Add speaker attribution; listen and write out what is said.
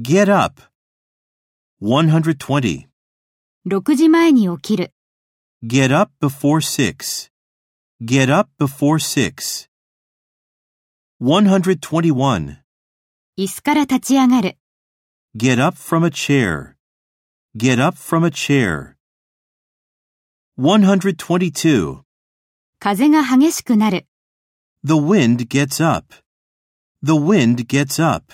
Speaker 1: Get up. 120.
Speaker 2: 6時前に起きる。
Speaker 1: Get up before 6. Get up before 6. 121.
Speaker 2: 椅子から立ち上がる。
Speaker 1: Get up from a chair. Get up from a chair. 122.
Speaker 2: 風が激しくなる。
Speaker 1: The wind gets up. The wind gets up.